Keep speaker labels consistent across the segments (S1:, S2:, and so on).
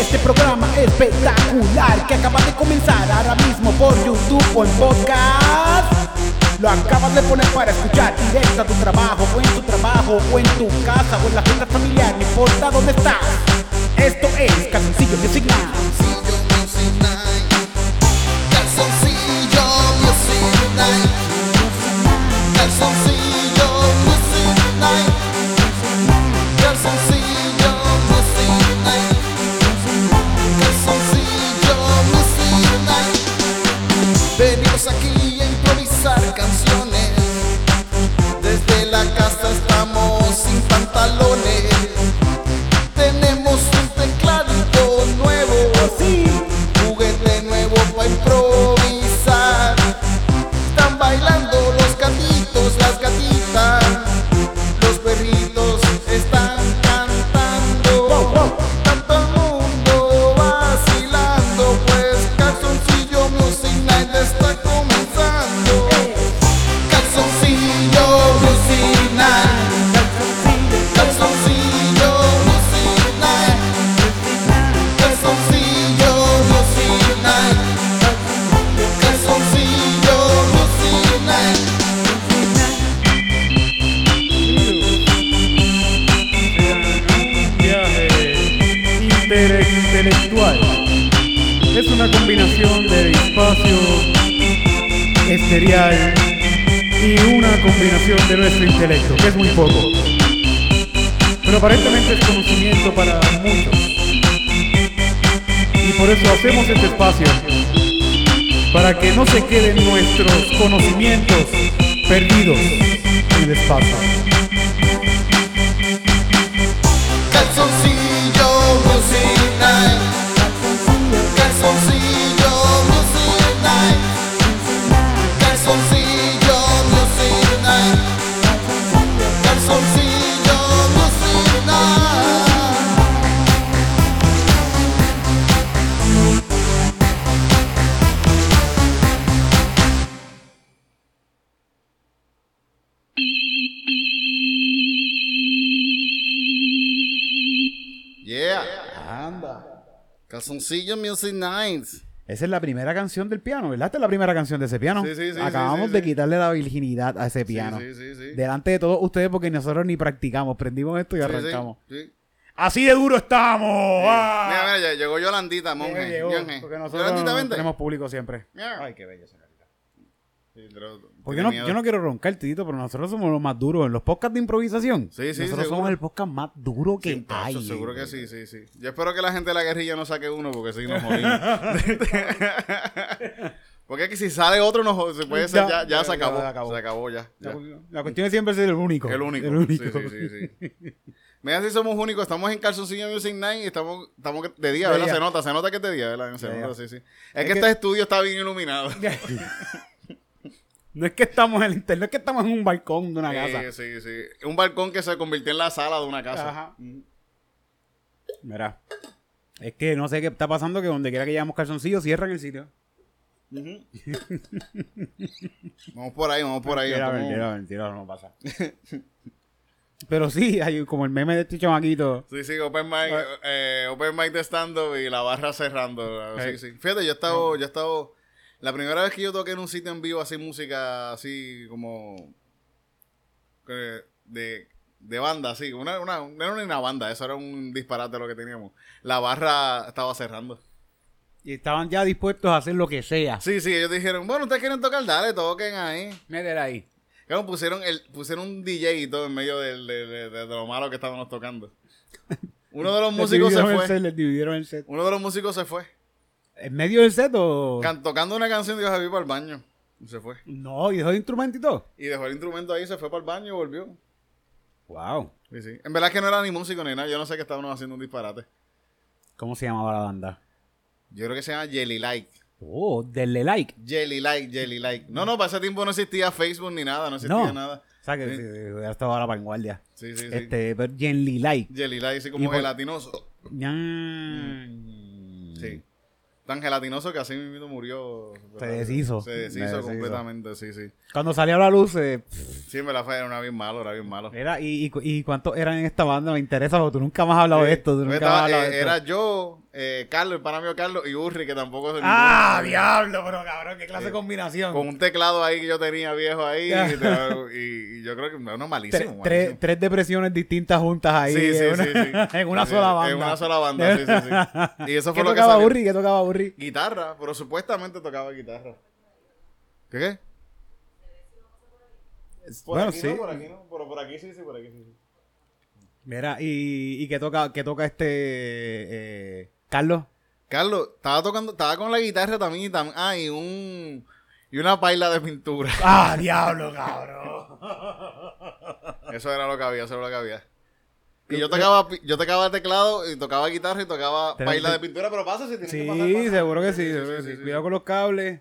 S1: Este programa espectacular que acaba de comenzar ahora mismo por YouTube o en podcast. Lo acabas de poner para escuchar directo a tu trabajo, o en tu trabajo, o en tu casa, o en la fiesta familiar, no importa dónde estás. Esto es Calzoncillo Music Night.
S2: Calzoncillo Music Night. Calzoncillo Music Night. Calzoncillo Music Night. Calzoncillo Music Night. Calzoncillo Music Night. Venimos aquí a improvisar canciones. Desde la casa estamos sin pantalones. Tenemos un teclado nuevo.
S1: Sí,
S2: Juguete nuevo para improvisar. Están bailando los gatitos, las gatitas. Los perritos están
S1: Wow, wow.
S2: cantando. Tanto mundo vacilando. Pues calzoncillo Music Night está comenzando. Calzoncillo Music Night. Calzoncillo Music Night. Calzoncillo Music Night. Calzoncillo Music Night.
S3: un viaje intelectual. Es una combinación de espacio esterial y una combinación de nuestro intelecto, que es muy poco. Pero aparentemente es conocimiento para muchos. Y por eso hacemos este espacio, para que no se queden nuestros conocimientos perdidos en el espacio.
S2: Calzoncillo Music Night. Calzoncillo Music Night. Calzoncillo Music Night. Calzoncillo Music Night. Yeah.
S4: Anda.
S2: Calzoncillo Music Nights.
S4: Esa es la primera canción del piano, ¿verdad? Esta es la primera canción de ese piano.
S2: Sí, sí, sí,
S4: Acabamos
S2: sí, sí,
S4: de
S2: sí.
S4: quitarle la virginidad a ese piano.
S2: sí, sí, sí.
S4: Delante de todos ustedes porque nosotros ni practicamos. Prendimos esto y arrancamos.
S2: Sí, sí.
S4: ¡Así de duro estamos! ¡Ah!
S2: Mira, mira, ya llegó Yolandita,
S4: Llegó,
S2: monje.
S4: llegó,
S2: Yonge.
S4: porque nosotros
S2: Yolandita,
S4: no- no
S2: vente.
S4: tenemos público siempre.
S2: Yeah.
S4: Ay, qué bello esa carita.
S2: Sí, pero-
S4: Porque
S2: tiene
S4: yo no,
S2: miedo.
S4: yo no quiero roncar, Tito, pero nosotros somos los más duros. En los podcasts de improvisación,
S2: Sí, sí,
S4: nosotros
S2: seguro.
S4: somos el podcast más duro que
S2: Sí,
S4: hay.
S2: eso seguro que sí, sí, sí. Yo espero que la gente de la guerrilla no saque uno porque si nos jodimos. porque es que si sale otro nos jod- se puede ser,
S4: Ya,
S2: ya, ya,
S4: ya,
S2: se
S4: ya,
S2: acabó,
S4: ya acabó.
S2: Se acabó ya. ya.
S4: La, la cuestión es siempre ser el único.
S2: El único. Sí, sí, sí, sí. Mira si somos únicos, estamos en Calzoncillo Music Night y estamos, estamos de día,
S4: De
S2: ¿verdad?
S4: día.
S2: Se nota, se nota que es de día, ¿verdad? Se
S4: De
S2: nota,
S4: día.
S2: sí, sí. Es,
S4: Es
S2: que,
S4: que-
S2: este estudio está bien iluminado.
S4: No es que estamos en el inter- no es que estamos en un balcón de una casa.
S2: Sí, sí, sí. Un balcón que se convirtió en la sala de una casa.
S4: Ajá. Mira. Es que no sé qué está pasando, que donde quiera que llevamos calzoncillos, cierran el sitio.
S2: Vamos por ahí, vamos por ahí.
S4: Mentira,
S2: estamos-
S4: mentira, mentira, no pasa. Pero sí, hay como el meme de este chamaquito.
S2: Sí, sí, open mic, eh, open mic de stand-up y la barra cerrando. Sí,
S4: Eh.
S2: sí. Fíjate, yo he estado, yo he estado, la primera vez que yo toqué en un sitio en vivo así música, así como que de, de banda, así, una, una, no era ni una banda, eso era un disparate lo que teníamos. La barra estaba cerrando.
S4: Y estaban ya dispuestos a hacer lo que sea.
S2: Sí, sí, ellos dijeron, bueno, ustedes quieren tocar, dale, toquen ahí.
S4: Métela ahí.
S2: Claro, pusieron, el, pusieron un DJ y todo en medio del- de, de- de- de lo malo que estábamos tocando. Uno de los
S4: Les
S2: músicos se
S4: dividieron el
S2: fue.
S4: set, les dividieron el set.
S2: Uno de los músicos se fue.
S4: ¿En medio del set o...?
S2: Can- tocando una canción, Dios se fue para el baño. Y se fue.
S4: no, y dejó el instrumento y todo.
S2: Y dejó el instrumento ahí, se fue para el baño y volvió.
S4: Wow.
S2: Sí, sí. En verdad es que no era ni músico ni nada. Yo no sé qué estábamos haciendo un disparate.
S4: ¿Cómo se llamaba la banda?
S2: Yo creo que se llama Jelly Like.
S4: Oh, denle like.
S2: Jelly Like, Jelly Like. No, no, para ese tiempo no existía Facebook ni nada, no existía
S4: No.
S2: nada.
S4: O sea, que
S2: Sí.
S4: sí, sí, hubiera estado a la vanguardia.
S2: Sí, sí, sí.
S4: Este, pero Jenly Like.
S2: Jelly Like, así
S4: Y
S2: como
S4: por-
S2: gelatinoso.
S4: Ñan.
S2: Mm. Sí. Tan gelatinoso que así mismo murió.
S4: Se deshizo.
S2: Se
S4: Se
S2: deshizo
S4: deshizo.
S2: completamente, sí, sí.
S4: Cuando salió a la luz, eh,
S2: Sí, me la fue, era bien malo, era bien malo.
S4: era, y, y, cu- y cuántos eran en esta banda? Me interesa porque tú nunca más has hablado de esto. Tú
S2: Pues
S4: nunca
S2: estaba-
S4: más has hablado
S2: eh,
S4: de esto.
S2: era yo, eh, Carlos, el pana mío Carlos, y Urri, que tampoco es el
S5: ¡Ah, diablo, pero cabrón! ¡Qué clase de combinación!
S2: Con un teclado ahí que yo tenía viejo ahí. y, te- y- y yo creo que no, no,
S5: Tre-
S2: malísimo.
S5: tres-
S2: malísimo.
S5: tres depresiones distintas juntas ahí.
S2: Sí, sí,
S5: en una,
S2: sí, sí.
S5: en una
S2: Sí,
S5: sola banda.
S2: En una sola banda, sí, sí, sí. Y eso
S5: ¿Qué
S2: fue lo que
S5: tocaba
S2: salió.
S5: Burri? ¿Qué tocaba Burri?
S2: Guitarra, pero supuestamente tocaba guitarra. ¿Qué qué? Por
S1: bueno,
S2: Pues aquí
S1: sí.
S2: no, por aquí no, pero por aquí sí, sí, por aquí sí. sí.
S1: Mira, y, y que toca, que toca este eh, Carlos.
S2: Carlos, estaba tocando, estaba con la guitarra también y también. Ah, y un. Y una paila de pintura.
S5: ¡Ah, diablo, cabrón!
S2: Eso era lo que había, eso era lo que había. Y
S1: eh,
S2: yo tocaba, pi- yo tocaba teclado y tocaba guitarra y tocaba
S1: Pero-
S2: paila de pintura, pero pasa si tienes que
S1: Sí,
S2: pasar. pasa.
S1: seguro que
S2: Sí, sí,
S1: sí. seguro que
S2: sí, Mm,
S1: sí.
S2: sí,
S1: Cuidado con los cables.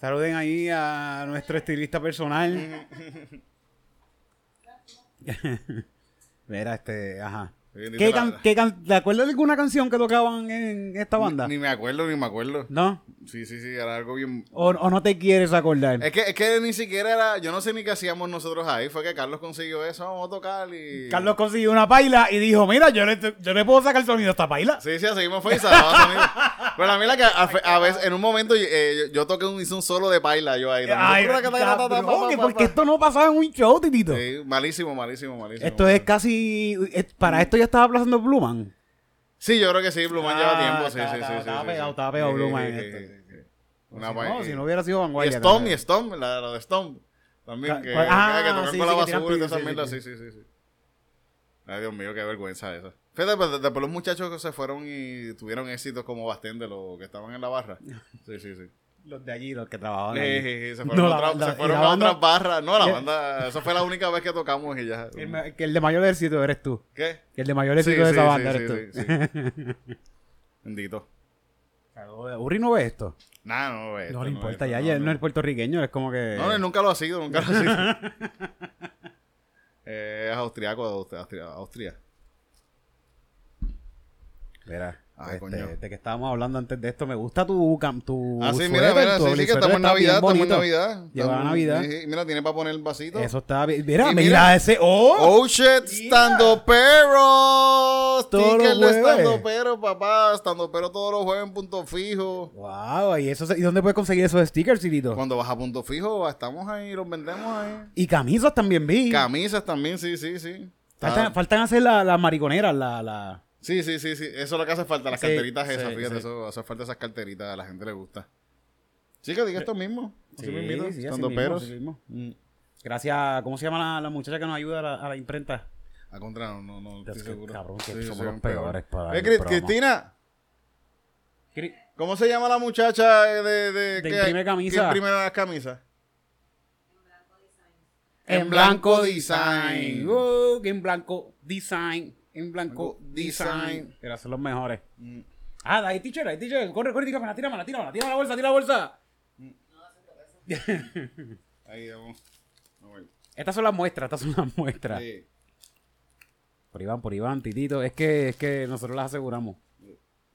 S1: Saluden ahí a nuestro estilista personal. Mira, este, ajá.
S2: Bien, dice
S1: ¿Qué
S2: la-
S1: can- qué can- ¿Te acuerdas de alguna canción que tocaban en esta banda?
S2: Ni me acuerdo, ni me acuerdo.
S1: ¿No?
S2: Sí, sí, sí, era algo bien.
S1: ¿O, o no te quieres acordar?
S2: Es que, es que ni siquiera era. Yo no sé ni qué hacíamos nosotros ahí. Fue que Carlos consiguió eso, vamos a tocar y.
S5: Carlos consiguió una paila y dijo, mira, yo le, yo le puedo sacar sonido a esta paila.
S2: Sí, sí, así mismo fue y salvaba sonido. Pero a mí la que a, a veces, en un momento eh, yo, yo toqué un, hice un solo de paila yo ahí.
S5: Ay, cabrón, que porque esto no pasaba en un show, titito.
S2: Sí, malísimo, malísimo, malísimo.
S1: esto es casi... es- para esto ya estaba aplazando Bluman.
S2: Sí, yo creo que sí, Bluman
S1: Ah,
S2: lleva tiempo. Sí,
S1: está-
S2: sí,
S1: está-
S2: sí.
S1: estaba
S2: sí,
S1: pegado,
S2: sí.
S1: estaba pegado
S2: Sí,
S1: Bluman
S2: sí,
S1: en
S2: sí,
S1: esto,
S2: sí,
S1: sí,
S2: sí. Una
S1: Pues si,
S2: pa-
S1: no,
S2: y-
S1: si no hubiera sido
S2: Y
S1: vanguardia.
S2: Stomp,
S1: también.
S2: y Stomp, la, la de Stomp. También,
S1: Ca-
S2: que,
S1: cuál- ah,
S2: que tocan
S1: sí,
S2: con
S1: sí,
S2: la
S1: que tiran
S2: basura y
S1: pillos,
S2: todas esas
S1: sí,
S2: mierdas.
S1: sí,
S2: Sí, sí, sí. sí. Ay, Dios mío, qué vergüenza esa. Fíjate, pues, después los muchachos que se fueron y tuvieron éxitos como bastante los que estaban en la barra. Sí, sí, sí.
S1: Los de allí, los que trabajaban.
S2: Eh,
S1: ahí.
S2: eh, eh, se fueron,
S1: No,
S2: a
S1: la
S2: otra-
S1: banda-
S2: se
S1: y
S2: fueron
S1: la
S2: a
S1: banda-
S2: otras barras. No, la banda. Esa fue la única vez que tocamos y ya.
S1: El, ma- que el de mayor éxito eres tú.
S2: ¿Qué?
S1: Que el de mayor éxito de esa banda
S2: eh. sí,
S1: eres tú.
S2: sí, sí. Bendito.
S1: Claro, Uri no ve esto.
S2: Nah, Este no, esto
S1: no le
S2: es
S1: importa,
S2: esto,
S1: ya,
S2: no,
S1: ya él
S2: no.
S1: no es puertorriqueño, él es como que.
S2: No, no, nunca lo ha sido, nunca lo ha sido. Eh, es austriaco, austria. austria- Austria.
S1: Mira,
S2: Ay,
S1: este,
S2: coño.
S1: de que estábamos hablando antes de esto, me gusta tu cam, tu
S2: Ah, sí, mira,
S1: suéter,
S2: mira,
S1: tu
S2: sí, sí, que
S1: suéter,
S2: estamos en
S1: está bien
S2: Navidad, estamos en
S1: bonito.
S2: Navidad.
S1: Lleva la
S2: Estamos-
S1: Navidad.
S2: sí, sí. Mira, tiene para poner el vasito.
S1: Eso está bien. Mira,
S2: Y
S1: mira,
S2: mira.
S1: ese. ¡Oh!
S2: Oh shit, estando pero.
S1: Todos los
S2: Ticket de estando
S1: jueves.
S2: pero, papá. Estando pero todos los jueves en punto fijo.
S1: Wow, ¿y, eso, se- ¿y dónde puedes conseguir esos stickers, Cirito?
S2: Cuando vas a punto fijo, estamos ahí, los vendemos ahí.
S1: Y camisas también vi.
S2: Camisas también, sí, sí, sí.
S1: faltan,
S2: Ah,
S1: faltan hacer la- las mariconeras, la, la.
S2: Sí, sí, sí, sí. Eso es lo que hace falta, las
S1: Sí,
S2: carteritas esas,
S1: sí,
S2: fíjate,
S1: sí.
S2: eso hace falta esas carteritas, a la gente le gusta. Chica, diga esto mismo. Así mismito,
S1: así
S2: estando
S1: mismo,
S2: peros.
S1: así mismo. Mm. Gracias, ¿cómo se llama la, la muchacha que nos ayuda a la, a la imprenta?
S2: A Ah, contra, no, no, no estoy
S1: Es que,
S2: seguro.
S1: cabrón, que
S2: Sí,
S1: somos
S2: soy
S1: los
S2: un
S1: peores
S2: peor.
S1: para
S2: Eh,
S1: el
S2: Cri-
S1: programa.
S2: Cristina,
S1: Cri-
S2: ¿cómo se llama la muchacha eh, de, de,
S1: De
S2: que-
S1: imprime camisa.
S2: que imprime las camisas?
S1: En blanco design. Oh, que en blanco design. En blanco
S2: Blanco design.
S1: design. Pero son los mejores. Ah, da ahí, teacher, ahí, teacher. Corre, corre, tírame, la tírame, la tírame, la tírame la bolsa, tira la bolsa.
S2: Ahí vamos. Vamos a ver.
S1: Estas son las muestras, estas son las muestras.
S2: Sí.
S1: Por Iván, por Iván, Titito. Es que, es que nosotros las aseguramos.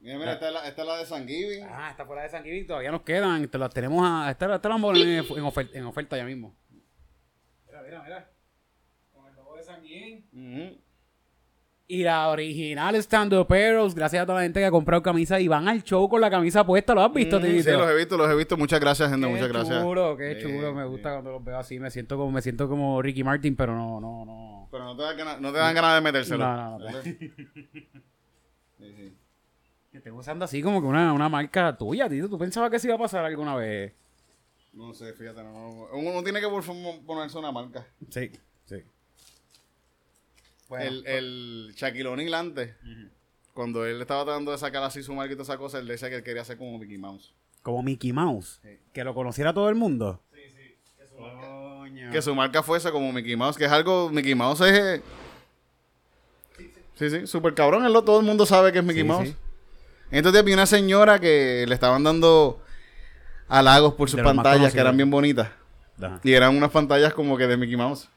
S2: Mira, mira, esta es la, esta es la de San Giving.
S1: Ah, esta fuera de San Quirito, todavía nos quedan. Te las tenemos a. Estas estas las ponen en, en oferta, en oferta ya mismo. Mira, mira, mira. Con el logo de San Quirito.
S2: Ujú.
S1: Y la original Stand Peros, gracias a toda la gente que ha comprado camisa y van al show con la camisa puesta. ¿Lo has visto,
S2: Mm, Sí,
S1: Titito?
S2: los he visto, los he visto. Muchas gracias, gente, muchas gracias.
S1: Qué chulo, qué
S2: Sí,
S1: chulo. Me
S2: sí.
S1: gusta cuando los veo así. Me siento como, me siento como Ricky Martin, pero no, no, no.
S2: Pero no te dan ganas, no te dan ganas de metérselo.
S1: No, pues. no, no.
S2: ¿Verdad? Sí, sí.
S1: Te estoy usando así como que una, una marca tuya, Tito. ¿Tú pensabas que se iba a pasar alguna vez?
S2: No sé, fíjate, no, no, uno no tiene que por favor ponerse una marca.
S1: Sí, sí. Bueno, pues.
S2: el, el Shaquille O'Neal antes, cuando él estaba tratando de sacar así su marca y toda esa cosa, él decía que él quería ser como Mickey Mouse.
S1: como Mickey Mouse. Que lo conociera todo el mundo. Sí, sí. Coño.
S2: Que su marca fuese como Mickey Mouse, que es algo, Mickey Mouse es... eh, Sí, sí, súper cabrón, él lo- todo el mundo sabe que es Mickey
S1: Sí,
S2: Mouse.
S1: sí.
S2: Entonces vi una señora que le estaban dando halagos por sus
S1: De los más
S2: pantallas, que
S1: conocidos.
S2: eran bien bonitas.
S1: Ajá.
S2: Y eran unas pantallas como que de Mickey Mouse.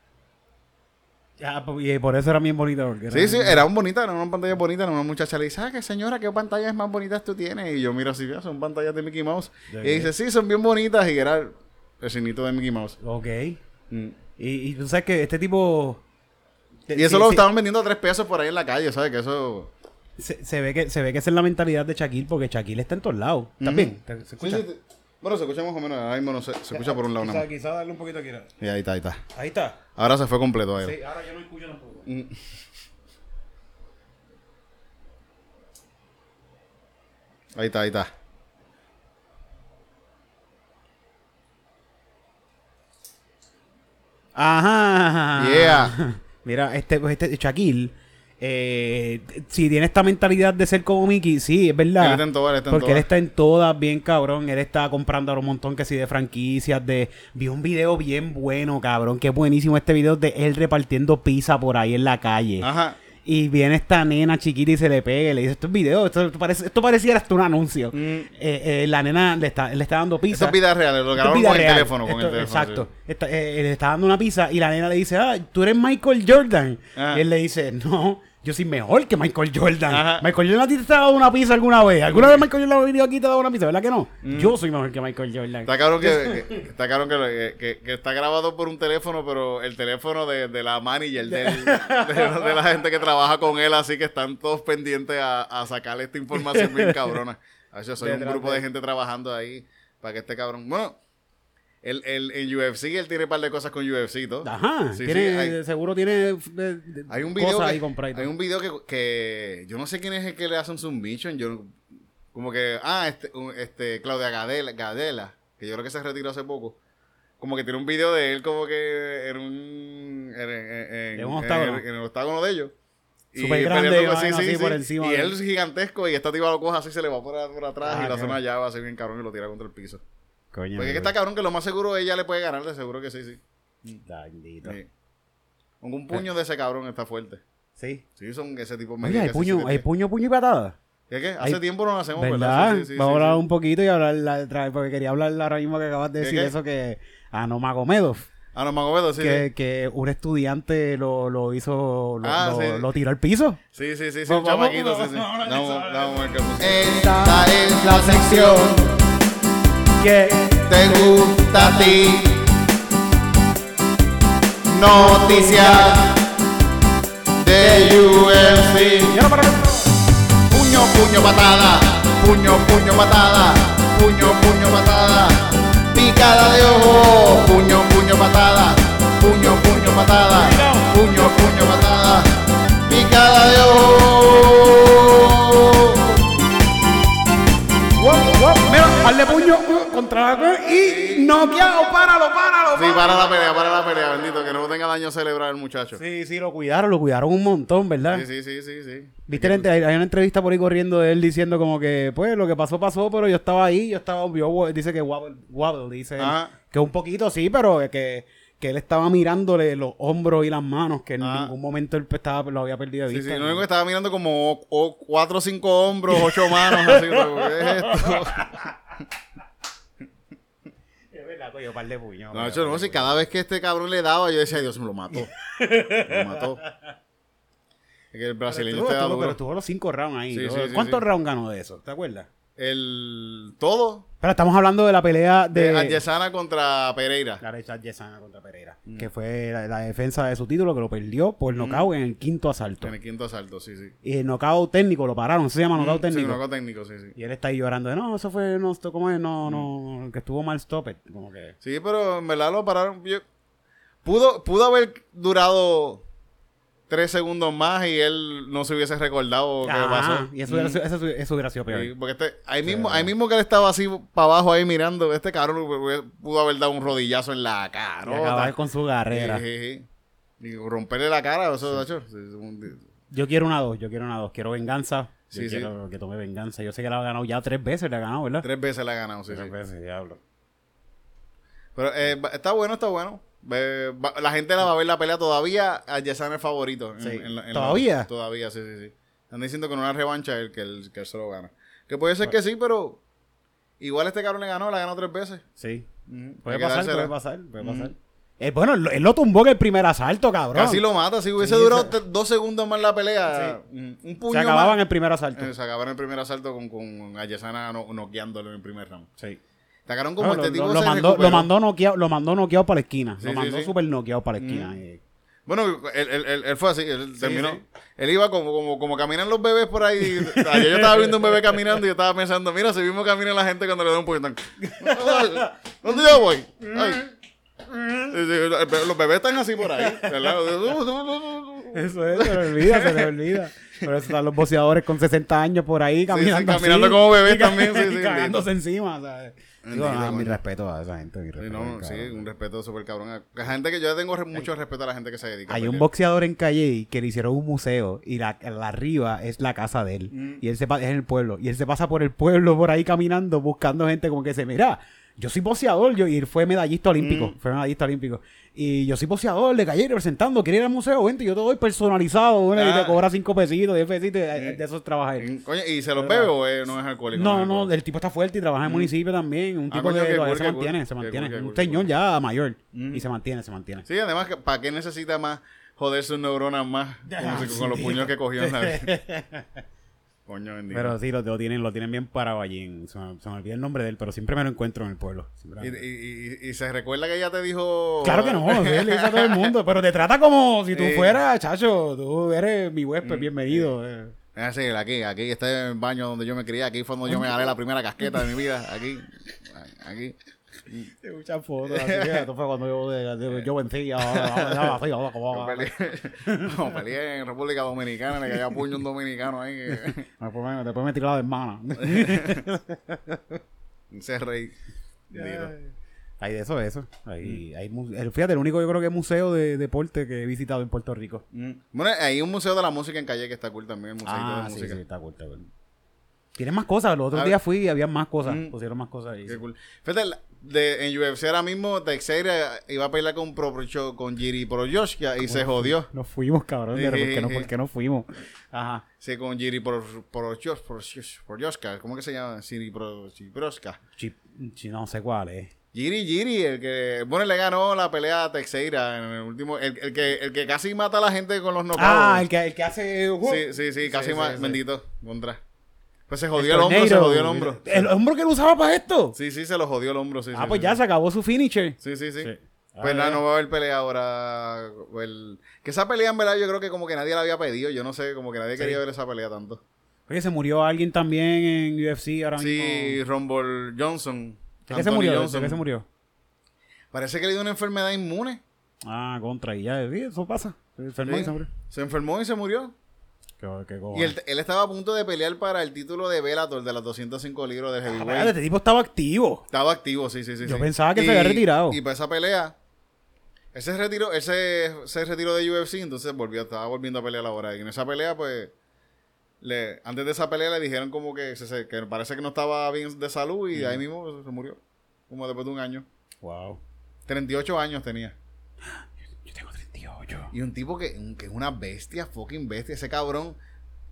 S1: Ah, pues, y por eso era bien bonito. porque era-
S2: Sí, sí, era un bonita, era una pantalla bonita. Una muchacha le dice, ah, que señora, ¿qué pantallas más bonitas tú tienes? Y yo miro así, "Ah, son pantallas de Mickey Mouse.
S1: ¿De
S2: y
S1: qué?
S2: dice, sí, son bien bonitas. Y era el signito de Mickey Mouse.
S1: Ok. Y,
S2: Mm.
S1: y tú sabes que este tipo.
S2: Y eso lo estaban vendiendo a tres pesos por ahí en la calle, ¿sabes? Que eso...
S1: se, se ve que, se ve que esa es la mentalidad de Shaquille, porque Shaquille está en todos lados. Mm. También. ¿Te- ¿Se
S2: Sí,
S1: escucha?
S2: sí, te- bueno, se escucha más o menos. Ahora mismo no se, se escucha por un lado.
S1: Quizá-
S2: nada más.
S1: quizá darle un poquito aquí. ¿no?
S2: Y ahí está, ahí está.
S1: Ahí está.
S2: Ahora se fue completo. Ahí. Mm.
S1: Sí, ahora yo no escucho tampoco.
S2: Ahí está, ahí está.
S1: Ajá.
S2: Yeah.
S1: Mira, este, pues, este Shaquille, eh, si tiene esta mentalidad de ser como Mickey, sí, es verdad.
S2: Él está en todas, él está en
S1: porque él
S2: todas.
S1: está en todas, bien cabrón. Él está comprando ahora un montón que sí de franquicias, de... Vi un video bien bueno, cabrón, que es buenísimo este video de él repartiendo pizza por ahí en la calle.
S2: Ajá.
S1: Y viene esta nena chiquita y se le pega y le dice, esto es video, esto, esto parece, esto parecía hasta un anuncio. Eh, eh, la nena le está, le está dando
S2: Esto
S1: pizza.
S2: es vida real, lo
S1: Esto es
S2: grabaron
S1: vida
S2: con el
S1: real.
S2: teléfono. Con el
S1: Esto-
S2: teléfono
S1: Exacto.
S2: sí.
S1: Está- eh, le está dando una pizza y la nena le dice, ah, tú eres Michael Jordan.
S2: Ah.
S1: Y él le dice, no, yo soy mejor que Michael Jordan.
S2: Ajá.
S1: Michael Jordan a ti te ha dado una pizza alguna vez. ¿Alguna vez Michael Jordan ha venido aquí y te ha dado una pizza? ¿Verdad que no? Yo soy mejor que Michael Jordan.
S2: Mm. Está cabrón, que, que- está cabrón que, lo- que- que- que está grabado por un teléfono, pero el teléfono de, de la manager, del- de, de la gente que trabaja con él, así que están todos pendientes a, a sacarle esta información bien cabrona. Ay, Yo soy un
S1: Detrás
S2: grupo
S1: de-
S2: de gente trabajando ahí para que este cabrón... Bueno, el, el, en UFC, él tiene un par de cosas con UFC, ¿no?
S1: Ajá.
S2: Sí, sí,
S1: tiene,
S2: hay-
S1: Seguro tiene eh, de- de-
S2: Hay un video,
S1: cosas
S2: que,
S1: ahí compradas.
S2: hay un video que, que yo no sé quién es el que le hace un submission. Yo, como que, ah, este, un- este Claudia Gadela, Gadela, que yo creo que se retiró hace poco. Como que tiene un video de él como que en un... En, en- en-
S1: En un octágono.
S2: en- en el octágono de ellos. Y
S1: Súper grande,
S2: peleando con-
S1: vaina así por encima
S2: Y
S1: de-
S2: él es gigantesco y esta tipa lo coge así, se le va por, por atrás y
S1: Ah,
S2: le hace
S1: cabrón.
S2: una llave así bien cabrón y lo tira contra el piso.
S1: Coño,
S2: Porque es que está cabrón que lo más seguro ella le puede ganar, de seguro que sí, sí.
S1: Maldito.
S2: Sí. Con un puño de ese cabrón está fuerte.
S1: Sí.
S2: Sí, son ese tipo de
S1: Oye, hay
S2: medidas, sí,
S1: puño,
S2: sí,
S1: hay
S2: sí.
S1: puño, puño y patada.
S2: Es que hace
S1: hay-
S2: tiempo no lo hacemos, ¿verdad?
S1: ¿Verdad?
S2: Sí, sí, sí, sí,
S1: Vamos a hablar
S2: sí.
S1: un poquito y hablar la otra vez, porque quería hablar ahora mismo que acabas de
S2: ¿De
S1: decir
S2: qué?
S1: eso que a Nomagomedov,
S2: Ah, no, Magomedo, sí.
S1: que, que un estudiante lo, lo hizo, lo,
S2: Ah,
S1: lo-
S2: sí.
S1: lo tiró al piso.
S2: Sí, sí, sí, sí, un chamaquito, sí, sí. Vamos, vamos a ver qué música.
S6: Esta es la sección
S1: Que
S6: Te gusta a ti Noticias de UFC Puño, puño, patada Puño, puño, patada Puño, puño, patada Picada de ojo Puño, puño, patada Puño, puño, patada Puño, puño, patada Picada de ojo
S1: guap, guap, mira, par de puño uh, contra la y noqueado, páralo, páralo.
S2: Sí, para la pelea, para la pelea, bendito, que no tenga daño cerebral el muchacho. Sí,
S1: Sí, sí, lo cuidaron, lo cuidaron un montón, ¿verdad?
S2: sí, sí, sí, sí.
S1: Viste, la ent- hay hay una entrevista por ahí corriendo de él diciendo como que, pues, lo que pasó, pasó, pero yo estaba ahí, yo estaba, yo- dice que wobble, wobble, dice él.
S2: Ajá.
S1: que un poquito sí, pero que, que él estaba mirándole los hombros y las manos, que en
S2: Ah.
S1: ningún momento él estaba, lo había perdido de
S2: Sí,
S1: vista.
S2: sí, lo
S1: ¿no?
S2: único que estaba mirando como o- o cuatro o cinco hombros, ocho manos, así, como, ¿qué es esto?
S1: Es verdad, coño, par de puños.
S2: No, yo no, si cada vez que este cabrón le daba, yo decía, Dios, me lo mató. Me lo mató. Es que el
S1: Pero
S2: brasileño
S1: estuvo,
S2: te da
S1: estuvo-
S2: duro.
S1: pero tuvo los cinco rounds ahí.
S2: Sí,
S1: ¿no?
S2: sí, sí,
S1: ¿Cuántos
S2: sí.
S1: rounds ganó de eso? ¿Te acuerdas?
S2: El todo
S1: Pero estamos hablando de la pelea
S2: de
S1: de...
S2: Adesanya contra Pereira.
S1: La lucha de Yesana contra Pereira, que fue la, la defensa de su título que lo perdió
S2: Mm.
S1: por nocaut en el quinto asalto.
S2: En el quinto asalto, sí, sí.
S1: Y el knockout técnico lo pararon, se llama knockout
S2: Mm, Sí,
S1: técnico.
S2: knockout técnico, sí, sí.
S1: Y él está ahí llorando de no, eso fue, no, esto como es,
S2: Mm.
S1: no, no, que estuvo mal stopper. Como que.
S2: Sí, pero en verdad lo pararon. yo- pudo, pudo haber durado tres segundos más y él no se hubiese recordado qué
S1: Ah,
S2: pasó. Mm.
S1: Y eso, hubiera sido- eso- eso hubiera sido peor.
S2: Sí, porque este, ahí, mismo, ahí mismo que él estaba así para abajo ahí mirando, este cabrón hubiera- pudo haber dado un rodillazo en la
S1: Y
S2: cara.
S1: acabar con su carrera.
S2: Y romperle la cara, eso, tacho, sí, es un-
S1: Yo quiero una dos, yo quiero una dos, quiero venganza. Yo
S2: Sí, sí.
S1: quiero que tome venganza. Yo sé que la ha ganado ya tres veces, la ha ganado, ¿verdad?
S2: tres veces la ha ganado, sí, sí.
S1: veces, diablo.
S2: Pero eh, va- está bueno, está bueno. Ve- va- la gente la va a ver la pelea todavía. A Yesana es favorito. en-
S1: Sí.
S2: en la- en la-
S1: ¿Todavía?
S2: todavía, sí, sí, sí. Están diciendo que en una revancha él, que él, que él se lo gana. Que puede ser que sí, pero igual este cabrón le ganó, la ganó tres veces.
S1: Sí.
S2: Ujú.
S1: Puede
S2: Hay que
S1: pasar,
S2: dársela. Mm.
S1: puede pasar, puede pasar. Eh, bueno, lo- él lo tumbó en el primer asalto, cabrón.
S2: Casi lo mata. Si hubiese
S1: Sí,
S2: durado
S1: se-
S2: te- dos segundos más la pelea, ujú, un puño
S1: Se acababa en
S2: más.
S1: el primer asalto.
S2: Eh, se acababa en el primer asalto con, con Ayesana no, noqueándolo en el primer round.
S1: Sí.
S2: Sacaron como
S1: No,
S2: este
S1: lo,
S2: tipo
S1: lo- lo
S2: se
S1: mandó, lo
S2: recuperó.
S1: mandó noqueado, lo mandó noqueado para la esquina.
S2: Sí, Mm.
S1: lo
S2: sí,
S1: mandó
S2: sí.
S1: súper noqueado para la esquina. eh.
S2: Bueno, él, él- él- él fue así, él terminó. Él iba como, como, como caminan los bebés por ahí. Ayer yo estaba viendo un bebé caminando y yo estaba pensando, mira, si mismo camina la gente cuando le da un puñetón. ¿Dónde yo voy? Ay. Sí, sí, Los bebés están así por ahí, ¿verdad?
S1: Eso es, se le olvida, se le olvida. Por eso están los boceadores con 60 años por ahí caminando.
S2: sí, caminando
S1: así.
S2: como bebés
S1: Y ca-
S2: también, sí, sí,
S1: y cagándose
S2: bendito.
S1: encima, ¿sabes? Digo,
S2: Bendito,
S1: ah, mi
S2: coño.
S1: respeto a esa gente. mi
S2: Sí,
S1: respeto,
S2: no,
S1: cabrón.
S2: sí, un respeto súper cabrón. a- a gente que yo tengo re- mucho respeto a la gente que se dedica a
S1: Hay un
S2: pelear.
S1: boxeador en Calle que le hicieron un museo y la, la arriba es la casa de él.
S2: Mm.
S1: Y él se pa- es en el pueblo. Y él se pasa por el pueblo por ahí caminando buscando gente como que se mira. Yo soy boxeador, yo, y él fue medallista olímpico,
S2: Mm.
S1: fue medallista olímpico. Y yo soy boxeador de calle representando, quiere ir al museo, gente, yo te doy personalizado, una, y
S2: Ah.
S1: te cobra cinco pesitos, diez pesitos, y de, de esos trabaja él.
S2: Mm, Coño, ¿y se los bebe o eh, no es alcohólico?
S1: No,
S2: es
S1: no,
S2: alcohólico?
S1: el tipo está fuerte y trabaja en el municipio también. Un
S2: Mm. Ah,
S1: tipo
S2: coño,
S1: que
S2: qué
S1: todavía
S2: cool,
S1: se
S2: qué
S1: mantiene,
S2: cool,
S1: se
S2: qué
S1: mantiene.
S2: cool, qué
S1: un
S2: cool,
S1: señor
S2: cool. Mm.
S1: ya mayor y se mantiene, se mantiene.
S2: Sí, además, ¿para qué necesita más joder sus neuronas más? Como si- con los puños que cogió en la Coño bendito.
S1: Pero sí, lo, lo tienen, lo tienen bien parado allí. en- Se me, se me olvida el nombre de él, pero siempre me lo encuentro en el pueblo. Siempre-
S2: y, y- y- y se recuerda que ella te dijo.
S1: Claro que no, sí, le dice a todo el mundo, pero te trata como si tú
S2: Sí.
S1: fueras, chacho, tú eres mi huésped, bienvenido. eh.
S2: Ah, sí, aquí, aquí está el baño donde yo me crié. Aquí fue donde yo me haré la primera casqueta de mi vida. Aquí, aquí.
S1: Hay Muchas fotos, así que esto fue cuando yo, de- de- yo vencí, ahora, ahora, ahora, ahora, ahora,
S2: Yo
S1: ahora.
S2: peleé, no, peleé en República Dominicana, le caía puño a un dominicano ahí. que-
S1: Después me- Después me tiró la hermana.
S2: se reí. Bendito.
S1: Hay de eso, de eso.
S2: Mm.
S1: Hay, hay, mu- el- fíjate, el único yo creo que es museo de deporte que he visitado en Puerto Rico.
S2: Mm. Bueno, hay un museo de la música en calle que está cool también, el museo de
S1: Ah,
S2: la
S1: sí,
S2: música.
S1: sí, está cool, está cool. Tienen más cosas, los otros
S2: A
S1: días fui y había más cosas,
S2: Mm.
S1: pusieron más cosas ahí.
S2: Qué cool. Fíjate, la- de, en UFC ahora mismo, Teixeira iba a pelear con Pro Show, con Jiri Pro y se jodió.
S1: Nos fuimos, cabrón,
S2: Sí,
S1: pero ¿por
S2: sí,
S1: qué no,
S2: sí.
S1: por qué no fuimos? Ajá.
S2: Sí, con Jiri Pro Proyoska. ¿Cómo que se llama? Jiri Pro Proyoska.
S1: Chip, chi- no sé cuál es.
S2: Jiri Jiri, el que. Bueno, le ganó la pelea a Teixeira en el último. El, el que, el que casi mata a la gente con los knockouts.
S1: Ah, el que, el que hace...
S2: Sí, sí, sí, casi
S1: Sí,
S2: ma-
S1: sí, sí.
S2: Bendito, contra. Pues se jodió el, hombro, se
S1: Tornado.
S2: jodió el hombro.
S1: ¿El hombro que él usaba para esto?
S2: Sí, sí, se lo jodió el hombro, sí.
S1: ah,
S2: sí,
S1: pues
S2: sí,
S1: ya
S2: sí.
S1: se acabó su finisher.
S2: Sí, sí, sí.
S1: Sí.
S2: Pues
S1: Ah,
S2: nada,
S1: ya.
S2: no va a haber pelea ahora. el- Que esa pelea, en verdad, yo creo que como que nadie la había pedido. Yo no sé, como que nadie quería ver esa pelea tanto.
S1: Oye, se murió alguien también en UFC ahora mismo.
S2: Sí, Rumble Johnson.
S1: ¿De qué se
S2: Anthony
S1: murió? ¿De
S2: Johnson.
S1: qué se murió?
S2: Parece que le dio una enfermedad inmune.
S1: Ah, contra, y ya, sí, eso pasa. Se enfermó
S2: Sí.
S1: y se murió.
S2: Se enfermó y se murió.
S1: Qué- qué
S2: Y
S1: cojones.
S2: él, él estaba a punto de pelear para el título de Bellator de las 205 libros de
S1: Ah,
S2: Heavyweight.
S1: espérate, este tipo estaba activo.
S2: Estaba activo, sí, sí, sí.
S1: Yo
S2: sí.
S1: pensaba que se había retirado.
S2: Y para esa pelea, ese retiro, ese, ese retiro de UFC, entonces volvió, estaba volviendo a pelear ahora. Y en esa pelea, pues, le, antes de esa pelea le dijeron como que, se- se- que parece que no estaba bien de salud y ahí mismo pues, se murió. Como después de un año.
S1: Wow.
S2: 38 años tenía.
S1: Yo tengo 38.
S2: Y un tipo que, un- que es una bestia, fucking bestia. Ese cabrón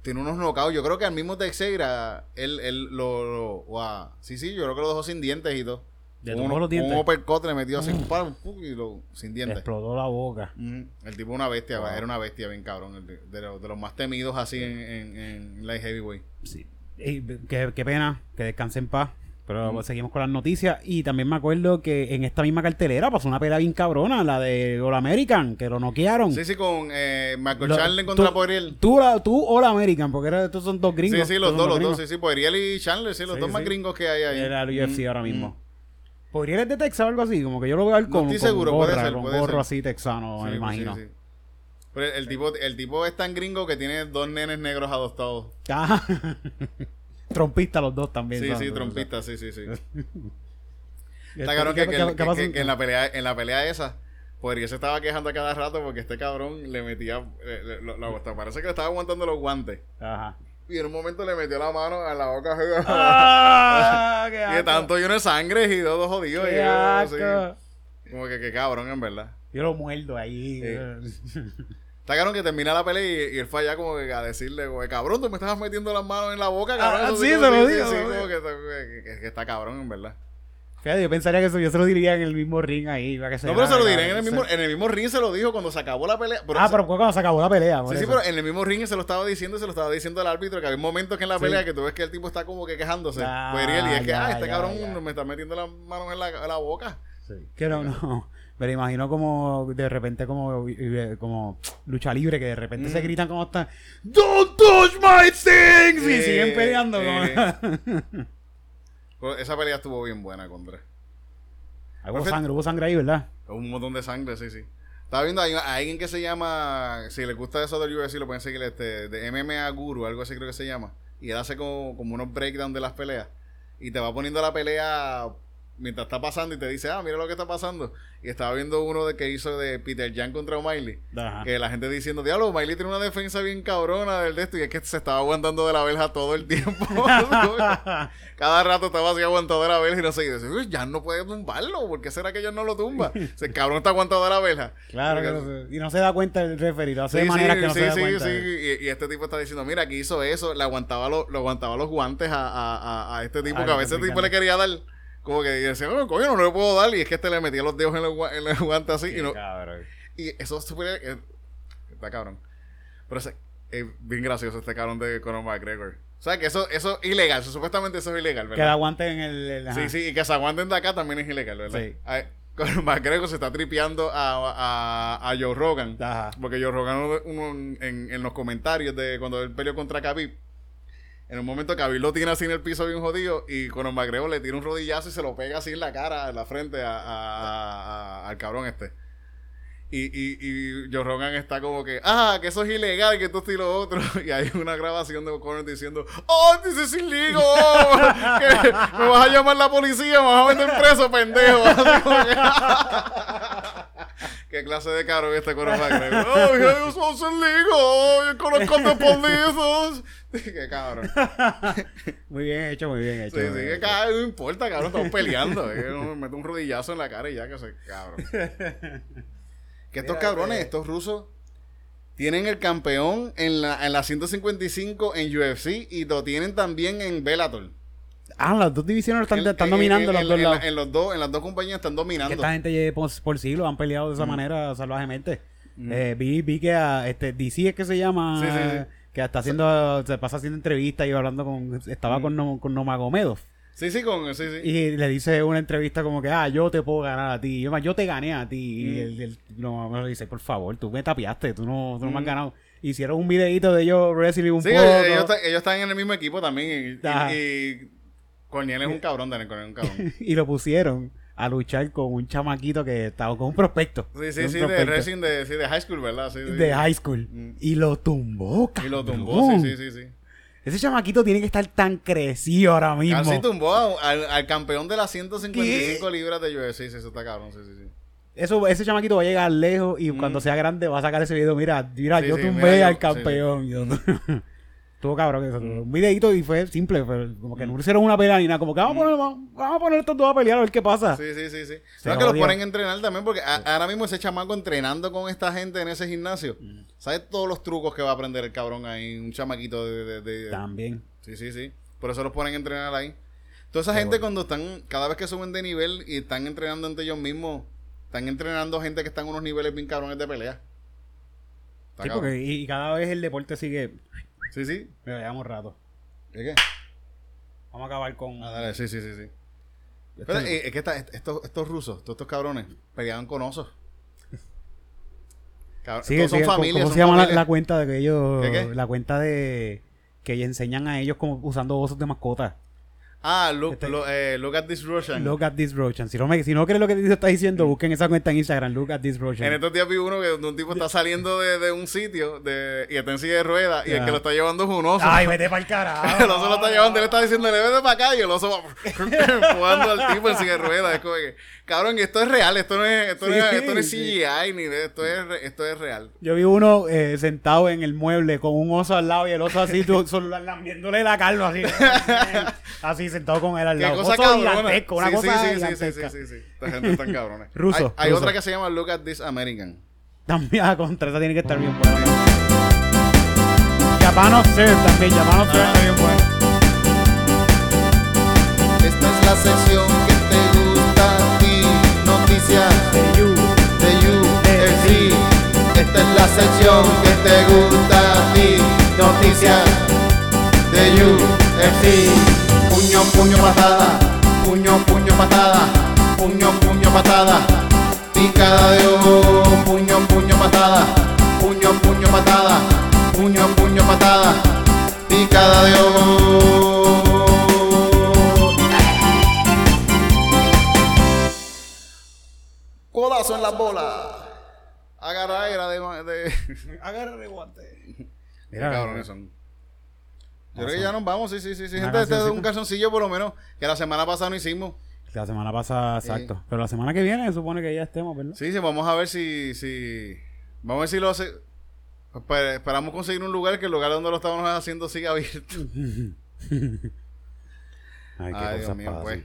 S2: tiene unos knockouts. Yo creo que al mismo Teixeira, él, él lo, lo- guau. Sí, sí, yo creo que lo dejó sin dientes y todo.
S1: ¿Le
S2: Con
S1: tumbó
S2: uno-
S1: los dientes?
S2: con Un uppercut le metió así, pam, pum, y lo, sin
S1: Le
S2: dientes.
S1: explotó la boca.
S2: Ujú. El tipo es una bestia, era una bestia bien cabrón. el De, de los- de los más temidos así en, en, en light heavyweight.
S1: Sí. Ey, qué, qué pena, que descanse en paz. Pero seguimos con las noticias. Y también me acuerdo que en esta misma cartelera pasó una pelea bien cabrona, la de All American, que lo noquearon.
S2: Sí, sí, con eh, Michael
S1: Mm. Lo-
S2: Chandler contra
S1: tú-
S2: Poiriel.
S1: Tú, la- tú All American, porque era- estos son dos gringos.
S2: Sí, sí, los
S1: estos son
S2: dos, los
S1: gringos.
S2: dos. Sí, sí, Poiriel y Chandler, sí, los
S1: Sí,
S2: dos más
S1: sí.
S2: gringos que hay ahí.
S1: Era el UFC
S2: Mm,
S1: ahora mismo.
S2: mm.
S1: Podría ser de Texas o algo así, como que yo lo veo al
S2: No
S1: con,
S2: estoy
S1: con
S2: seguro, puede
S1: gorra,
S2: ser,
S1: con
S2: puede
S1: gorro
S2: ser.
S1: así texano,
S2: Sí,
S1: me
S2: sí,
S1: imagino.
S2: sí. Pero el, el tipo, el tipo es tan gringo que tiene dos nenes negros adoptados.
S1: Ah, trompista los dos también.
S2: Sí,
S1: ¿sabes?
S2: sí, trompista, sí, sí, sí.
S1: Este,
S2: Está cabrón que,
S1: ¿qué-
S2: que-
S1: qué-
S2: que-
S1: qué pasó?
S2: que- que en, la pelea, en la pelea esa, Poiriel se estaba quejando a cada rato porque este cabrón le metía, le- le- lo- lo- hasta parece que le estaba aguantando los guantes.
S1: Ajá.
S2: Y en un momento le metió la mano a la boca.
S1: ¡Ah! ¡Qué
S2: y de
S1: asco!
S2: tanto lleno de sangre y todo jodido.
S1: ¡Qué
S2: y yo,
S1: asco!
S2: así, como que, que cabrón, en verdad.
S1: Yo lo muerdo ahí.
S2: Está cabrón que termina la pelea y, y él fue allá como que a decirle, como, cabrón, tú me estabas metiendo las manos en la boca, cabrón.
S1: Ah,
S2: Eso
S1: sí,
S2: como-
S1: se lo digo, se lo
S2: como
S1: digo.
S2: que está- que- que- que está cabrón, en verdad.
S1: Fíjate, yo pensaría que eso yo se lo diría en el mismo ring ahí. para que
S2: No, pero se lo
S1: grave,
S2: diré en el
S1: se-
S2: mismo, en el mismo ring se lo dijo cuando se acabó la pelea.
S1: ah,
S2: se-
S1: pero fue cuando se acabó la pelea. por
S2: Sí, sí,
S1: eso.
S2: pero en el mismo ring se lo estaba diciendo, se lo estaba diciendo al árbitro que había momentos que en la pelea que tú ves que el tipo está como que quejándose.
S1: Ah,
S2: Poiriel, y es que,
S1: ya,
S2: ah, este
S1: ya,
S2: cabrón
S1: ya.
S2: me está metiendo las manos en la, en la boca.
S1: Que no, no. Me lo imagino como de repente como, eh, como lucha libre, que de repente
S2: Mm.
S1: se gritan como están. ¡Don't touch my things! y
S2: Eh,
S1: siguen peleando. como-
S2: eh. Pero Esa pelea estuvo bien buena contra.
S1: Ah, hubo sangre, hubo sangre ahí, ¿verdad?
S2: Un montón de sangre, sí, sí. Estaba viendo hay- a alguien que se llama, si les gusta eso del UFC, lo pueden seguir, este, de MMA Guru, algo así creo que se llama. Y él hace como, como unos breakdown de las peleas. Y te va poniendo la pelea mientras está pasando y te dice, ah, mira lo que está pasando. Y estaba viendo uno de que hizo de Peter Jan contra O'Malley.
S1: Ajá.
S2: Que la gente diciendo, diablo, O'Malley tiene una defensa bien cabrona del de esto. Y es que se estaba aguantando de la verja todo el tiempo. Cada rato estaba así aguantando de la verja y no sé. Y decía, "Uy, Jan no puede tumbarlo. ¿Por qué será que Jan no lo tumba? O sea, el cabrón está aguantando de la verja.
S1: Claro, que
S2: Porque-
S1: no se- y no se da cuenta el referee, lo hace
S2: Sí,
S1: de manera
S2: sí,
S1: que no
S2: sí,
S1: se da
S2: sí,
S1: cuenta.
S2: sí. Y, y este tipo está diciendo, mira, aquí hizo eso, le aguantaba, lo, lo aguantaba los guantes a, a- a- a este tipo,
S1: Al
S2: que a veces el tipo
S1: americano.
S2: le quería dar. Como que decía, no, coño, no le puedo dar. Y es que este le metía los dedos en los, gua- en los guantes así. Y, no-
S1: Cabrón.
S2: y eso es súper- eh, está cabrón. Pero ese- es bien gracioso este cabrón de Conor McGregor. O sea, que eso, eso es ilegal. Supuestamente eso es ilegal,
S1: Que la
S2: ¿verdad?
S1: aguanten en el... el- ajá.
S2: Sí, sí, y que se aguanten de acá también es ilegal, ¿verdad?
S1: Sí.
S2: Ay, Conor McGregor se está tripeando a, a, a Joe Rogan.
S1: Ajá.
S2: Porque yo Rogan uno en, en- en los comentarios de cuando él peleó contra Khabib. En un momento Khabib lo tiene así en el piso bien jodido y Conor McGregor le tira un rodillazo y se lo pega así en la cara, en la frente a- a- a- al cabrón este. Y, y, y Joe Rogan está como que, ah, que eso es ilegal, que esto y lo otro. Y hay una grabación de Conor diciendo, oh, this is illegal, que me vas a llamar la policía, me vas a meter preso, pendejo. Así como que, ¿Qué clase de cabrón este Conor McGregor? Oh, yo soy illegal, yo conozco de polizos. Qué cabrón.
S1: Muy bien hecho, muy bien hecho.
S2: Sí, sí,
S1: muy bien
S2: que
S1: hecho.
S2: cabrón, no importa, cabrón, estamos peleando. eh, uno Me meto un rodillazo en la cara y ya que se cabrón. Que estos
S1: eh.
S2: cabrones, estos rusos, tienen el campeón en la, en la 155 en UFC y lo tienen también en Bellator.
S1: Ah, las dos divisiones lo están,
S2: En-
S1: están
S2: en- en-
S1: dominando los
S2: en-
S1: dos
S2: en-
S1: lados.
S2: En, los dos, en las dos compañías están
S1: Que
S2: dominando.
S1: esta gente lleve por, por siglos han peleado de esa manera salvajemente. Eh, vi, vi que a este, DC es que se llama.
S2: Sí, sí, sí.
S1: Que está haciendo, se pasa haciendo entrevistas y hablando con, estaba con, No- con Nomagomedov.
S2: Sí, sí, con sí, sí.
S1: Y le dice una entrevista como que, ah, yo te puedo ganar a ti. Yo, yo te gané a ti. Y el, el- Nomagomedov le dice, por favor, tú me tapiaste, tú no, tú no me has ganado. Hicieron un videito de ellos wrestling un
S2: Sí,
S1: poco. Ah.
S2: ellos, ellos están- ellos están en el mismo equipo también. Y,
S1: Ajá.
S2: y, y Corniel es un cabrón, Daniel Corniel es un cabrón.
S1: y lo pusieron a luchar con un chamaquito que estaba con un prospecto.
S2: Sí,
S1: Un
S2: sí, sí, de
S1: prospecto.
S2: Racing, de, sí, de High School, ¿verdad? Sí, sí.
S1: de high school. Y lo tumbó,
S2: Y
S1: cabrón.
S2: lo tumbó, sí, sí, sí, sí.
S1: Ese chamaquito tiene que estar tan crecido ahora mismo.
S2: Casi tumbó a- al, al campeón de las 155 libras de UFC. Sí, sí, eso está cabrón. Sí, sí, sí.
S1: Eso, ese chamaquito va a llegar lejos y cuando sea grande va a sacar ese video. Mira, mira,
S2: Mm. Sí,
S1: yo
S2: sí, Mm.
S1: tumbé
S2: mira, yo-
S1: al campeón. Yo- Estuvo cabrón eso. Un videito y fue simple. fue como
S2: Mm.
S1: que no hicieron una pelea ni nada. Como que vamos, a poner, vamos, vamos a poner estos dos a pelear a ver qué pasa.
S2: Sí, sí, sí, sí.
S1: Ah. Se
S2: No, que los
S1: odia.
S2: ponen a entrenar también porque a- ahora mismo ese chamaco entrenando con esta gente en ese gimnasio.
S1: Mm.
S2: ¿Sabes todos los trucos que va a aprender el cabrón ahí? Un chamaquito de... de- de- de-
S1: También.
S2: Sí, sí, sí. Por eso los ponen a entrenar ahí. Toda esa gente cuando están, cada vez que suben de nivel y están entrenando entre ellos mismos, están entrenando gente que están en unos niveles bien cabrones de pelea. Está
S1: Sí,
S2: cabrón.
S1: porque- y, y cada vez el deporte sigue.
S2: Sí, sí.
S1: Mira, llevamos rato.
S2: ¿Es qué?
S1: Vamos a acabar con.
S2: Ah, dale, sí, sí, sí, sí. Pero, eh, es que esta- est- estos, estos rusos, todos estos cabrones, peleaban con osos. Cabr-
S1: Sí,
S2: todos
S1: sí, ¿cómo-
S2: son familias.
S1: ¿Cómo
S2: son
S1: se llama la,
S2: familias.
S1: la cuenta de que ellos.
S2: ¿Qué, qué?
S1: La cuenta de. Que ellos enseñan a ellos como usando osos de mascota.
S2: Ah, look,
S1: Este-
S2: lo- eh, look at this Russian.
S1: Look at this Rochan. Si no, me, si no crees lo que te está diciendo,
S2: Mm.
S1: busquen esa cuenta en Instagram. Look at this
S2: En
S1: Rochan.
S2: estos días vi uno que donde un tipo está saliendo de, de un sitio de, y está en silla de ruedas y el
S1: Ya. Ah,
S2: que lo está llevando es un oso.
S1: Ay, vete para el
S2: el oso
S1: carajo.
S2: lo está llevando, él está diciendo, le vete para acá y el oso va empujando al tipo en silla de ruedas. Es como que, cabrón, esto es real, esto no es, esto no es,
S1: Sí,
S2: esto no es
S1: sí.
S2: CGI, ni de, esto, es, re- esto es real.
S1: Yo vi uno eh, sentado en el mueble con un oso al lado y el oso así, tu celular lambiéndole la calva así. así sentado con él al
S2: Qué
S1: lado.
S2: cosa
S1: oso
S2: cabrona.
S1: gigantesco, una
S2: Sí, sí,
S1: cosa
S2: sí, sí,
S1: gigantesca.
S2: sí, sí, sí, sí. Esta gente es tan cabrona.
S1: Ruso,
S2: Hay, hay
S1: ruso.
S2: otra que se llama Look at This American.
S1: También a contra, esa tiene que estar bien buena. Japan Observe también, Japan
S2: Ah,
S1: Observe está bien buena.
S6: Esta es la sección que te gusta a ti. Noticias de UFC. Esta es la sección que te gusta a ti. Noticias de UFC. Puño, puño, patada. Puño, puño, patada. Puño, puño, patada. Pica picada de ojo, puño, puño, patada, puño, puño, patada, puño, puño, patada, picada de ojo.
S2: Codazo en las bolas. Agarra era de. de...
S7: Agarra de guante.
S1: Mira,
S2: Qué cabrones
S1: mira.
S2: son. Yo creo que ya nos vamos, sí, sí, sí. sí.
S1: Una
S2: Gente, este es un
S1: cancioncita.
S2: calzoncillo por lo menos que la semana pasada no hicimos.
S1: La semana pasada, exacto. Pero la semana que viene se supone que ya estemos, ¿verdad?
S2: Sí, sí, vamos a ver si. si vamos a ver si lo hace. esper- Esperamos conseguir un lugar que el lugar donde lo estábamos haciendo siga abierto.
S1: Ay, qué
S2: Ay, Dios
S1: cosas
S2: mío,
S1: pasan.
S2: pues.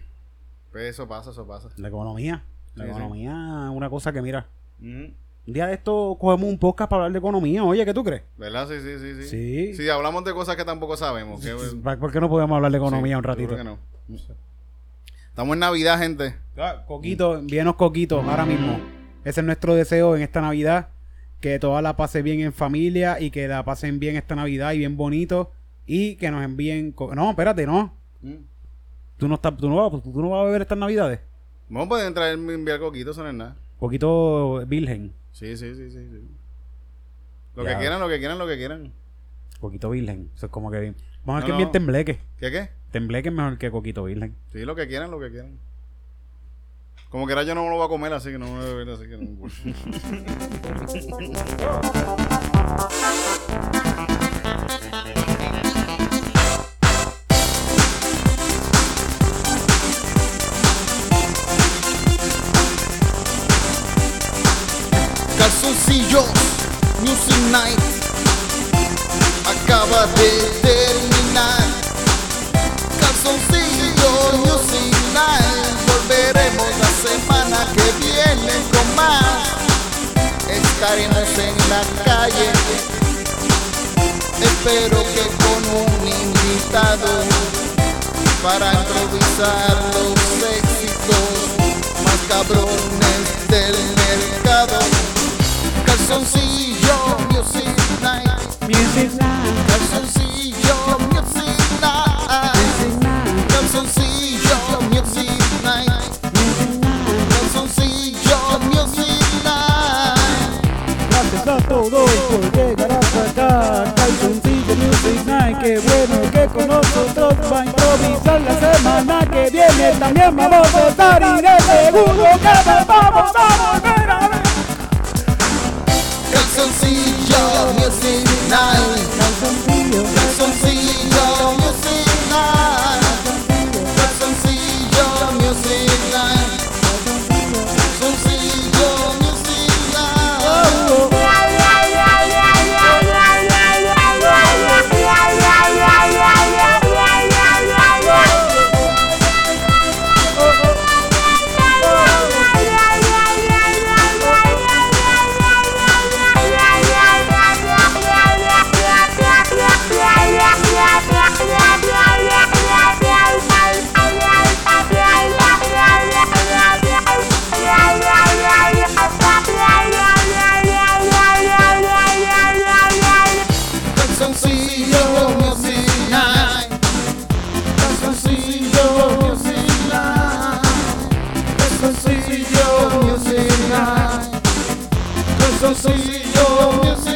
S2: Pues eso pasa, eso pasa.
S1: La economía. La
S2: Sí, sí.
S1: economía es una cosa que, mira,
S2: Ujú.
S1: un día de esto cogemos un podcast para hablar de economía. Oye, ¿qué tú crees?
S2: ¿Verdad? Sí, sí, sí, sí.
S1: Sí.
S2: Sí, hablamos de cosas que tampoco sabemos. que- pues,
S1: Pa- ¿Por qué no podemos hablar de economía
S2: sí,
S1: un ratito?
S2: seguro que no. Estamos en Navidad, gente.
S1: Ah, Coquito, envíenos Coquito ahora mismo. Ese es nuestro deseo en esta Navidad. Que toda la pase bien en familia y que la pasen bien esta Navidad y bien bonito. Y que nos envíen... co- No, espérate, no.
S2: Mm.
S1: Tú no, estás, tú, no vas, tú no vas a beber estas Navidades.
S2: Vamos a poder entrar en enviar coquitos, eso no es nada.
S1: Coquito virgen.
S2: Sí, sí, sí, sí. sí. Lo
S1: Ya.
S2: que quieran, lo que quieran, lo que quieran.
S1: Coquito virgen. Eso es como que bien... Vamos a ver
S2: No,
S1: que es
S2: no.
S1: bien tembleque.
S2: ¿Qué qué?
S1: Tembleque es mejor que Coquito virgen.
S2: Sí, lo que quieran, lo que quieran. Como quiera yo no me lo voy a comer, así que no me lo voy a beber, así que no.
S6: Calzoncillos, Music Night Acaba de terminar Calzoncillos, Music Night Volveremos la semana que viene con más Estaremos en la calle Espero que con un invitado Para improvisar los éxitos Más cabrones del mercado Calzoncillo Music Night Calzoncillo Music Night Calzoncillo Music Night Calzoncillo Music Night
S1: Gracias a todos por llegar hasta acá. Calzoncillo Music Night, qué bueno que con nosotros va a improvisar la semana que viene. También vamos a estar y de seguro que nos vamos a volver a ver.
S6: Calzoncillo Music Night Calzoncillo Music Night Calzoncillo Music Night Calzoncillo Music Night Calzoncillo Music Night Calzoncillo Music Night Calzoncillo Music Night Calzoncillo Music